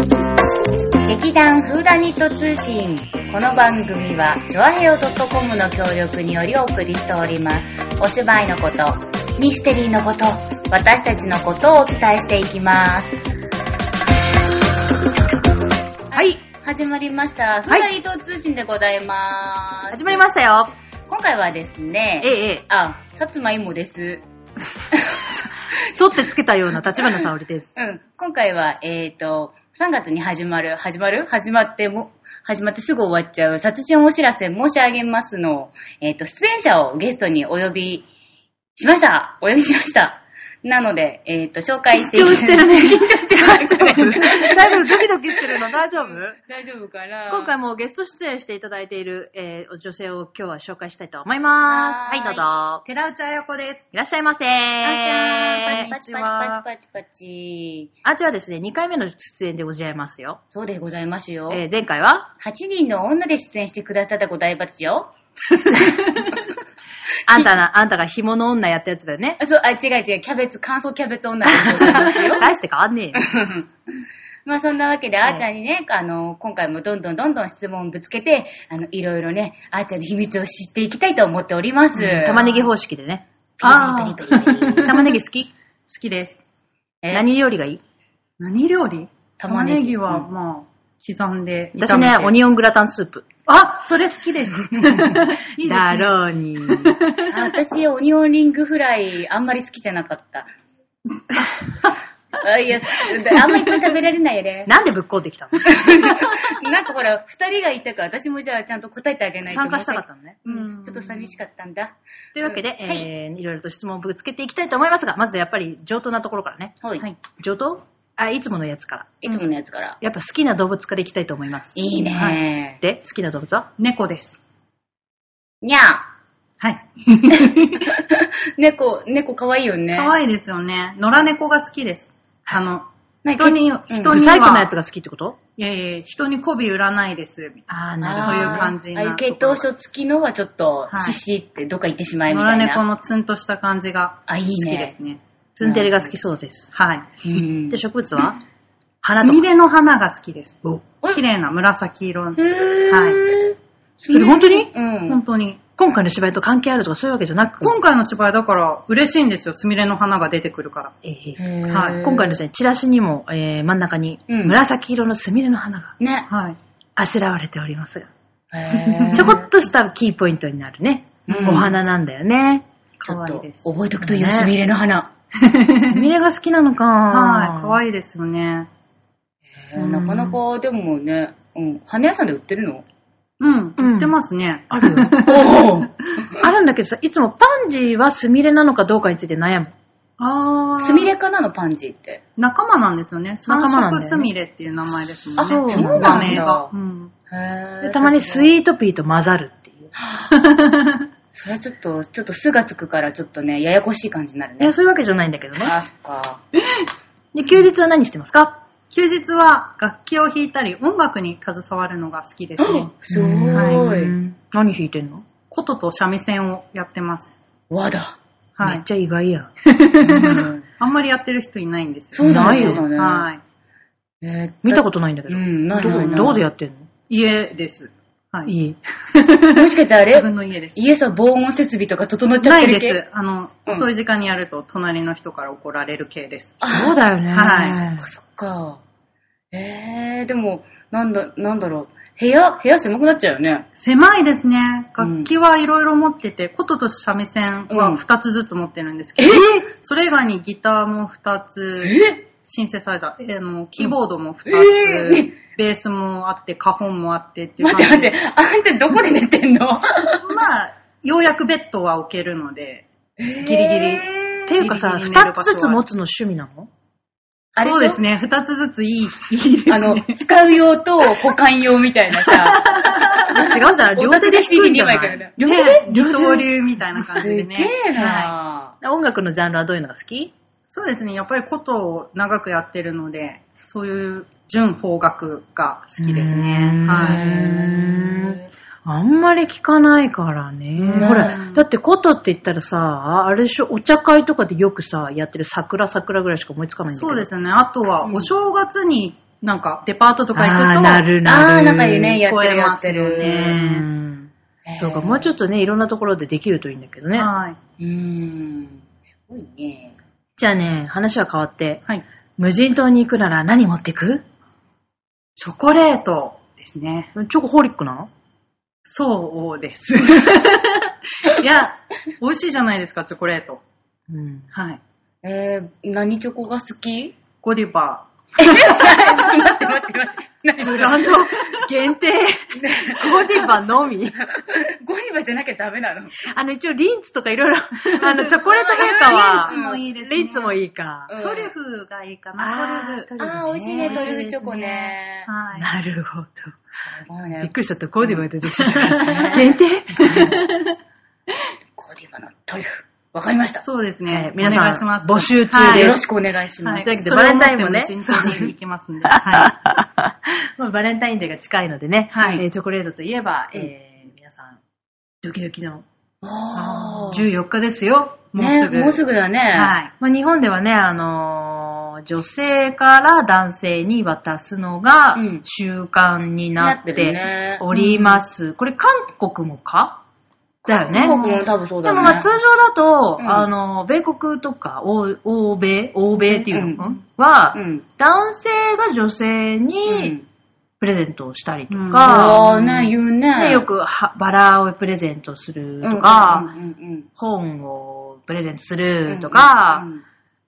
劇団フーダニット通信。この番組は、ジョアヘオ .com の協力によりお送りしております。お芝居のこと、ミステリーのこと、私たちのことをお伝えしていきます。はい、始まりました。フーダニット通信でございます。始まりましたよ。今回はですね、ええ、えあ、さつまいもです。え、取ってつけたような立花沙織です。うん。今回は、えっ、と、3月に始まる、始まる始まっても、始まってすぐ終わっちゃう、殺人お知らせ申し上げますの、えっ、と、出演者をゲストにお呼びしました。お呼びしました。なので、えっ、と、紹介して緊張してるね。緊張してるる。大丈夫ドキドキしてるの大丈夫 大丈夫かな今回もゲスト出演していただいている、えー、女性を今日は紹介したいと思います。ははーいい、どうぞ。寺内彩子です。いらっしゃいませあーちゃん、あパこんにチちパチはパチパチパチパチ。ーちゃんはですね、2回目の出演でございますよ。そうでございますよ。えー、前回は、 8人の女で出演してくださったご大罰よ。あんた な、あんたが紐の女やったやつだよね。あ、そう、あ、違う違う、キャベツ、乾燥キャベツ女でございますよ。大して変わんねえよ。まあそんなわけで、はいあーちゃんにね、あの、今回もどんどんどんどん質問をぶつけて、あの、いろいろね、あーちゃんの秘密を知っていきたいと思っております。うん玉ねぎ方式でね。あーペリペリペリペリ玉ねぎ好き好きです。え何料理がいい何料理玉玉ねぎねぎは、うんまあ、刻んで私ね、オオン。ニオングラタンスープ。あ、それ好 きです。いいですねだろうに。あ私、オニオンリングフライ、あんまり好きじゃなかった。あいや、あんまりこれ食べられないよ ね。なんでぶっこんできたのなんかほら、二人が言ったから、私もじゃあちゃんと答えてあげないと。参加したかったのね。うん、ちょっと寂しかったんだ。というわけで、うんはいえーいろいろと質問をぶつけていきたいと思いますが、まずやっぱり上等なところからね。はい。はいい、上等あ、いつものやつから。つものやつから。やっぱ好きな動物からいきたいと思います。いいねで、好きな動物は猫です。にゃー。はい。猫、猫可愛いよね。可愛いですよね。野良猫が好きです。あの、なんか人に、うん人不に細工なやはつ、が好きってこといやいや、人に媚び売らないです。あー、あなーるそういう感じなああいう血統書付きのはちょっとは、シいシってどっか行ってしまえみ野た良いな。猫のツンとした感じがあ、いいね。好きですね。ほど。ツンデレが好きそうです。はうい。ん。で、植物は花すみれの花が好きです。え綺麗な紫色。へー。。はいそそれ本当にうん本。当に。今回の芝居と関係あるとかそういうわけじゃなく、今回の芝居だから嬉しいんですよ。すみれの花が出てくるから。えーはい今回のですね、チラシにも、えー真ん中に、うん紫色のスミレの花がね。はい。あしらわれておりますが、へーちょこっとしたキーポイントになるね、うんお花なんだよね。ちょ可っ愛いとです。覚えとくといいよ、ねすみれの花。スミレが好きなのか。はい、可い愛いですよね。へーなかなか、でもね、うん、花屋さんで売ってる のうん、うん売ってますね。あるよおーあるんだけどさ、いつもパンジーはスミレなのかどうかについて悩む。あー。すみれかなのパンジーって。仲間なんですよね。仲間三なんだよね色すみれっていう名前ですもんね。あそうなんだ場名が。うん。へーでたまにスイートピーと混ざるっていう。それはちょっと、ちょっと巣がつくから、ちょっとね、ややこしい感じになるいねや、。そういうわけじゃないんだけどね。あ、そっか。で、休日は何してますか休日は楽器を弾いたり音楽に携わるのが好きですね。すごはーいい。何弾いてんの、琴と三味線をやってます。和 だ。はめっい。ちゃ意外やん。あんまりやってる人いないんですそよ。うなんだないよね。はい。い。見たこととないんだけうど。ん、ないないなどいうどうでやってんの家です。はい。いい。もしかしてあ自れ分の家です。家さ、防音設備とか整っちゃっなているで系す。あの、うん遅い時間にやると隣の人から怒られる系です。そうだよね。はいそっか。えー、でも、なんだ、なんだろう。部屋、部屋狭くなっちゃうよね。狭いですね。うん楽器はいろいろ持ってて、琴と三味線うんは2つずつ持ってるんですけど、それ以外にギターも2つ、シンセサイザー、えーあのキーボードも2つ、えーベースもあって、カホンもあってっていう待って感待じっで。て、あんたどこで寝てんのまあ、ようやくベッドは置けるので、ギリギリギリっていうかさ、ギリギリ寝二る場つ所はずつ持つの趣味なのあれそうででしょすね、2つずついい、いいであすのね。、使う用と保管用みたいなさ。違うんじゃない両手で弾くんじゃない両両手手でで二刀両手で流みたいな感じでね。すげえはいな音楽のジャンルはどういうのが好きそうですね、やっぱり琴を長くやってるので、そういう純邦楽が好きですね。うーんはい。いあんまり聞かないからね。うんほら、だって琴って言ったらさ、あれでしょ、お茶会とかでよくさ、やってる桜桜ぐらいしか思いつかないんだけど。。そうですすね。あとは、お正月になんかデパートとか行くあと、ー、なるなる。あー、なんかね、やってる聞こえやまっすてよねる。うん。そうか、もうちょっとね、いろんなところでできるといいんだけどね。はい。うーん。すごいね。じゃあね、話は変わって、はい。無人島に行くなら何持ってくチョコレートですね。チョコホリックなのそう です。いや、美味しいじゃないですか、チョコレート。うん。はい。えー、何チョコが好きゴディバ待って待って待って。何ブランド限 定、ゴディバのみ。 ゴディバじゃなきゃダメなの。あの、一応リンツとかい ろいろ、あの、チョコレートメーカーー。はリンツ、もいいいリンツもいいか。うんトリュフがいいかあな、トリュートフ。リュフあー、美味しいね、トリュフチョコね。はい。なるほど。すごいびっね。くりしちゃった。ゴディバ出て きた。限定ゴディバのトリュフ。わかりました。そうですはねい。お皆さん願いします。募集中はいよろしくお願いしまはす。い。というわけでそれを持ってバレンタインもね無人島に行きますんで。はまあバレンタインデーが近いのでね、はいえーチョコレートといえば、うんえー皆さん、ドキドキの。あい。ー14日ですよ。もうすね、ぐ。もうすぐだね。はい。まあ、日本ではね、あのー女性から男性に渡すのがうん習慣になっなってるてねおります。これ韓国もかだよね。韓国も多分そうだでよもね。まあ通常だと、うんあの、米国とか、欧欧米、欧米っていうの、うんんは、うん。男性が女性うにん。プレゼントをしたりとうんか、あーね、言うね。ねよくはバラをプレゼントするうんとか、うんうん本をプレゼントすうんるとか、うん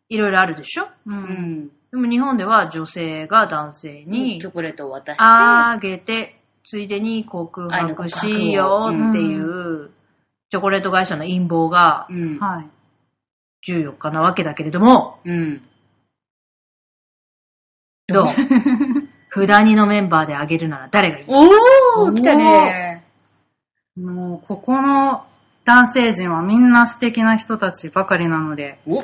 いろいろあるでしょう。うんん。でも日本では女性が男性ににチョコレートを渡して、あげて、ついでに告愛の白告白をしようっていう、チョコレート会社の陰謀がうん。はい。 14日なわけだけれども、うん。 どう普段にのメンバーであげるなら誰がいいおー来たね。もう、ここの男性陣はみんな素敵な人たちばかりなので、お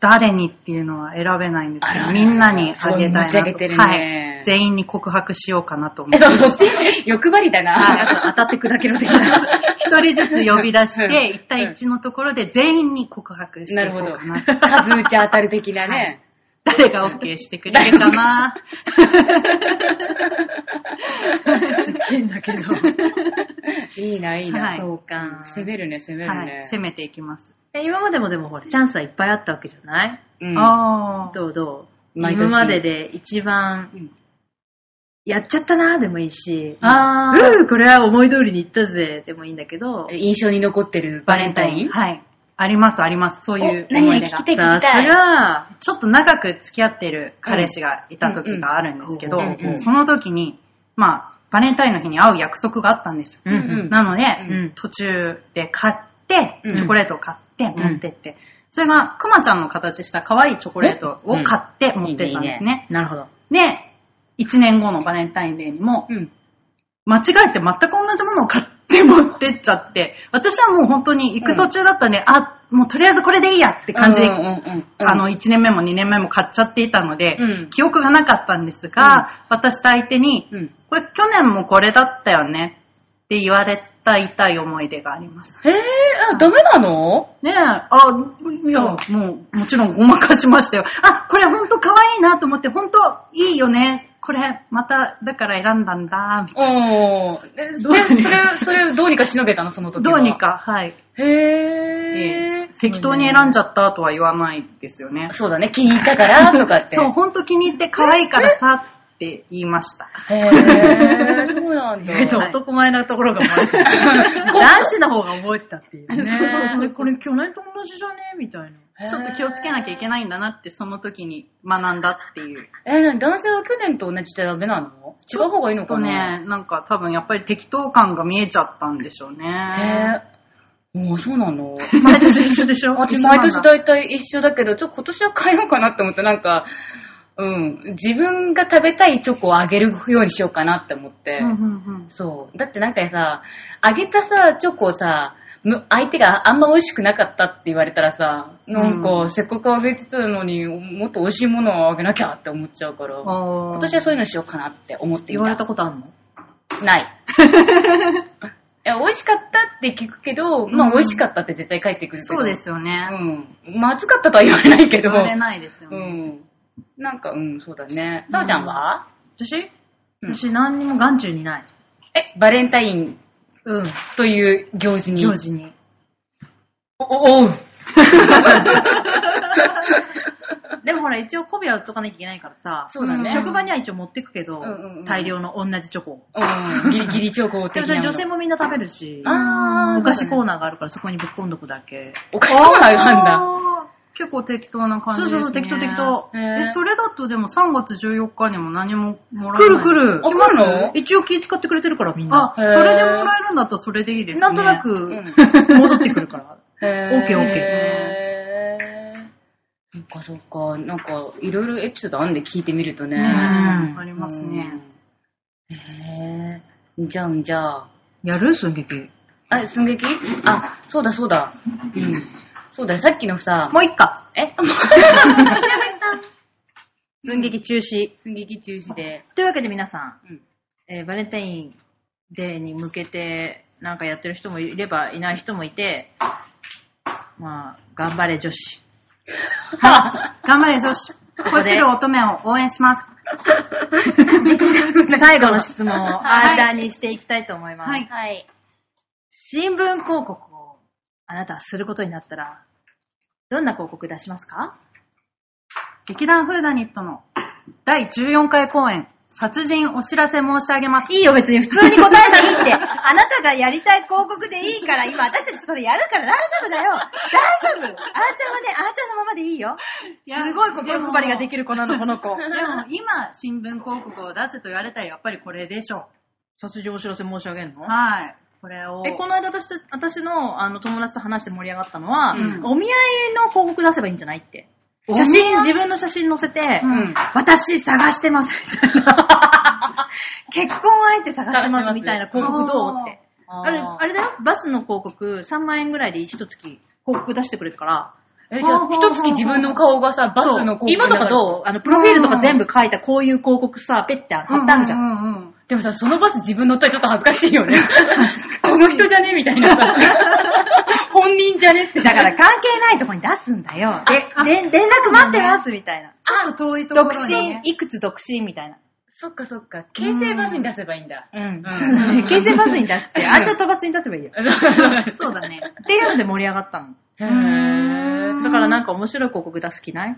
誰にっていうのは選べないんですあけらど、みんなにあげたいな持ち上げてるね。はい。全員に告白しようかなと思え、って。そうそう、 欲張りだな。当たって砕ける的な。 一人ずつ呼び出しうんて、一対一のところで全員に告白してないるこほうど。かな。数打ち当たる的なね。誰が OK してくれるかな。変だけど。いいな、いいな。はいそうか。攻めるね、攻めるはい。攻ね。めていきます。え今までもでもほら、チャンスはいっぱいあったわけじゃないうんああ。どうどう毎年今までで一うん番、やっちゃったなでもいいし、あーうん、これは思い通りにいったぜでもいいんだけど、印象に残ってるバレンタインはい。あります、あります。そういうお何思い出聞がき。たいさ聞すきたいが、ちょっと長く付き合ってる彼氏がいた時があるんですけどうんうんうんうんう、んその時に、まあ、バレンタインの日に会う約束があったんですよ。うんうんなので、ん途中で買ってうん、チョコレートを買って持ってって、それがくまちゃんの形した可愛いチョコレートを買って持ってったんですね。なるほど。で、1年後のバレンタインデーにも、うん。間違えて全く同じものを買って持ってっちゃって、私はもう本当に行く途中だったんで、あ、もうとりあえずこれでいいやって感じでうんうんうんうんあの、1年目も2年目も買っちゃっていたので、うん記憶がなかったんですが、私と相手に、うん。これ去年もこれだったよねって言われた痛い思い出があります。へえ、あ、ダメなのねえ、あ、いや、うもう、もちろんごまかしましたよ。あ、これほんと可愛いなと思って、ほんといいよね。これ、また、だから選んだんだ、みたいおー。えでどうにかそれ、それをどうにかしのげたの、そのな時どは。うに。か、はい。へえええ。適当に選んじゃったとは言わないですよね。そうだね、気に入ったから、とかって。そう、ほんと気に入って可愛いからさって言いました。へえ、 そうなんだ。意外と男前なところが覚え てた。男子の方が覚えてたっていうね。そうそうこれ去年と同じじゃねみたいな。ちょっと気をつけなきゃいけないんだなって、その時に学んだっていう。ちえー、なに男性は去年と同じじゃダメなの違う方がいいょのっとかなね、なんか多分やっぱり適当感が見えちゃったんでしょうね。えー、もうそうなの毎年一緒でしょ私一緒な毎んだ年大体一緒だけど、ちょっと今年は変えようかなって思って、なんか、うん、自分が食べたいチョコをあげるようにしようかなって思って。うんうんうんそう。だってなんかさ、あげたさ、チョコをさ、む相手があんま美味しくなかったって言われたらさ、なんか、うんせっかくあげてたのに、もっと美味しいものをあげなきゃって思っちゃうから、今今年はそういうのしようかなって思っていた言われたことあんのない。いや美味しかったって聞くけど、まあうん美味しかったって絶対帰ってくるけど。そうで。すよね。うん。まずかったとは言われないけど。言われないですようね。ん。なんか、うん、そうだね。さおちゃんは、私うん私何にも眼中にない。え、バレンタインうん。という行事に。行事に。お、おう。 でもほら、一応コビは売っとかなきゃいけないからさ、そうだねん職場には一応持ってくけど、うんうんうん大量の同じチョコを。うん、ギリギリチョコで的もそなれの。女性もみんな食べるし、あーお菓子コそうだねーナーがあるからそこにぶっ込んどくだけ。お菓子コーナーがあだ。結構適当な感じそうでそすね。うそう、適当適当。るんだ。え、それだとでも3月14日にも何ももらえ来なるい。来る。あ来るの一応気使ってくれてるからみんな。あ、へーそれでもらえるんだったらそれでいいですね。なんとなうくん、戻ってく るから。へー OK OK へーそっかそっか、なんか、いろいろエピソードあんで聞いてみるとね。ねうんありますね。うん。へえ。じゃあ、じゃあ。やる寸劇。あ、寸劇あ、そうだそうだ。うん。そうだよ、さっきのさ、もういっか。えもう 寸劇中止。寸劇中止で。というわけで皆さうん。ん、えーバレンタインデーに向けてなんかやってる人もいればいない人もいて、まあ、頑張れ女 子。頑張れ女子。こで恋する乙女を応援します。最後の質問をはいあーちゃんにしていきたいと思います。はいはい。新聞広告をあなたはすることになったら、どんな広告出しますか劇団フーダニットの第14回公演、殺人お知らせ申し上げます。いいよ、別に普通に答えていいって。 あなたがやりたい広告でいいから、今私たちそれやるから大丈夫だよ。大丈夫。あーちゃんはね、あーちゃんのままでいいよ。すごい心配りができる子なの、こ の子。でも今、新聞広告を出せと言われたらやっぱりこれでしょ殺人お知らせ申し上げるのう。はい。これを。え、この間私と、私のあの友達と話して盛り上がったのは、うんお見合いの広告出せばいいんじゃないって。お見合写い真、自分の写真載せて、うん。私探してます、みたいな。結婚相手探して探してまますす、みたいな広告どうあーって。あれ、あれだよ、バスの広告3万円ぐらいで一月広告出してくれるから、え、じゃあ、一月自分の顔がさ、バスのそう今とかうどうあの、プロフィールとか全部書いたこういう広告さ、ペッて貼ってあるじゃん。うんうんうんでもさ、そのバス自分乗ったらちょっと 恥ずかしいよね。この人じゃねみたいな さ。本人じゃねって。だから関係ないとこに出すんだよ。あで、で連絡待ってます、みたいな。ちょっと遠いとこ独ろに身ね、。いくつ独身みたいな。そっかそっか。京成バスに出せばいいん だ。うんう。ん京成バスに出して、あーちゃんとバスに出せばいいよ。そうだね。っていうので盛り上がったの。へーだからなんか面白い広告出す気ない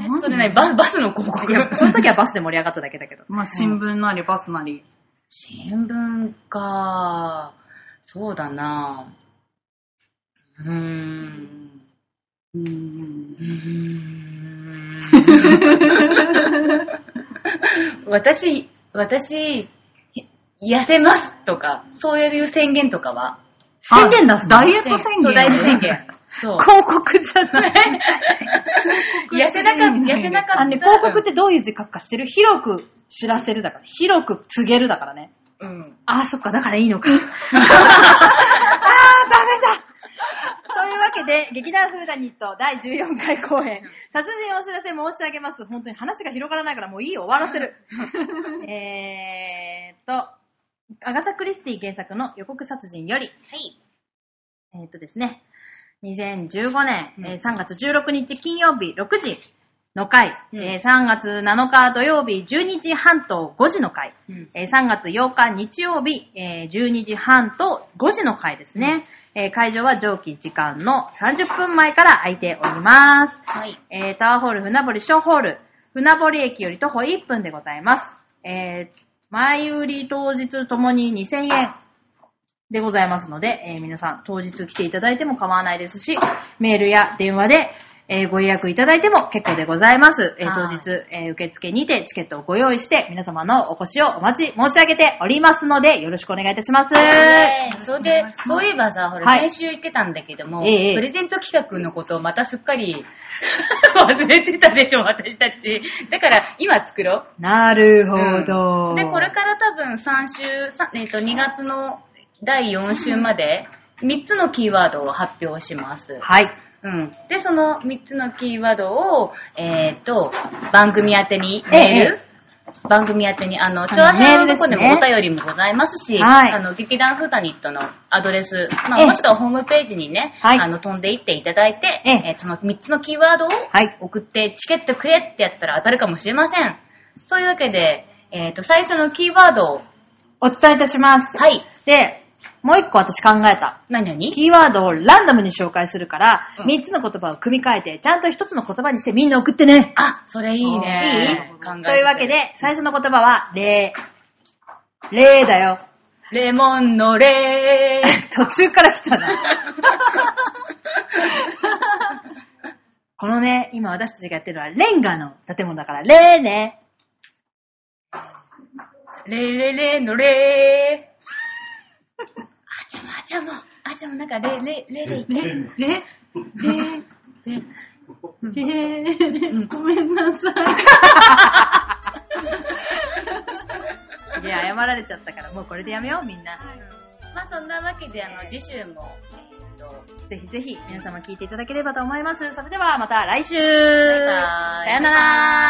えそれね、ババスの広告いや、その時はバスで盛り上がっただけだけど。まあ、新聞なりバスなり。新聞か。そうだなうーん。う。うんーん私、私、ひ痩せますとか、そういう宣言とかは宣言出すのあダイエット宣そう、言。ダイエット宣。言。そう。広告じゃない。痩せなかった、痩せなかった。あのね、広告ってどういう字書くかしてる広く知らせるだから。広く告げるだからね。うん。あー、そっか、だからいいのか。あー、ダメだというわけで、劇団フーダニット第14回公演、殺人お知らせ申し上げます。本当に話が広がらないからもういいよ、終わらせる。 えーっと、アガサ・クリスティ原作の予告殺人より、はい。えーっとですね、2015年、うんえー3月16日金曜日6時の回、うんえー3月7日土曜日12時半と5時の回、うんえー3月8日日曜日、えー12時半と5時の回ですね。えー会場は上記時間の30分前から空いております。はい。えータワーホール船堀小ホール、船堀駅より徒歩1分でございます。えー前売り当日ともに2000円でございますので、えー皆さん当日来ていただいても構わないですし、メールや電話で、えーご予約いただいても結構でございます。えー当はい日、えー受付にてチケットをご用意して、皆様のお越しをお待ち申し上げておりますので、よろしくお願いいたします。それで、そういえばさ、ほら、はい先週言ってたんだけども、ええプレゼント企画のことをまたすっかり 忘れてたでしょ、私たち。だから、今作ろなるほう。ど。で、これから多分3週、さえっ、と、2月の第4週まで、3つのキーワードを発表します。はい。うん。で、その3つのキーワードを、えっ、と、番組宛てにメール、番組宛てに、あの、の調和編のとこでメもーおルです便りもございますし、はいあの、劇団フーダニットのアドレス、まええあ、もしくはホームページにね、はいあの、飛んでいっていただいて、えええーその3つのキーワードをはい送って、チケットくれってやったら当たるかもしれません。そういうわけで、えっ、と、最初のキーワードを、お伝えいたします。はい、で、もう一個私考えた。何々キーワードをランダムに紹介するから、うん三つの言葉を組み替えて、ちゃんと一つの言葉にしてみんな送ってね。あ、それいいね。考えいいてというわけ、で、最初の言葉は、礼。礼だよ。レモンのレー。途中から来たな。 このね、今私たちがやってるのはレンガの建物だから、レーね。レレレのレー。あちゃもあちゃも、あちゃもなんかレレレレ。レ、レ、レ、レ、レ、ごめんなさい。いや、謝られちゃったから、もうこれでやめよう、みんな。まあそんなわけで、あの、次週も、えっと、ぜひぜひ、皆様聞いていただければと思います。それでは、また来週バイバイさよなら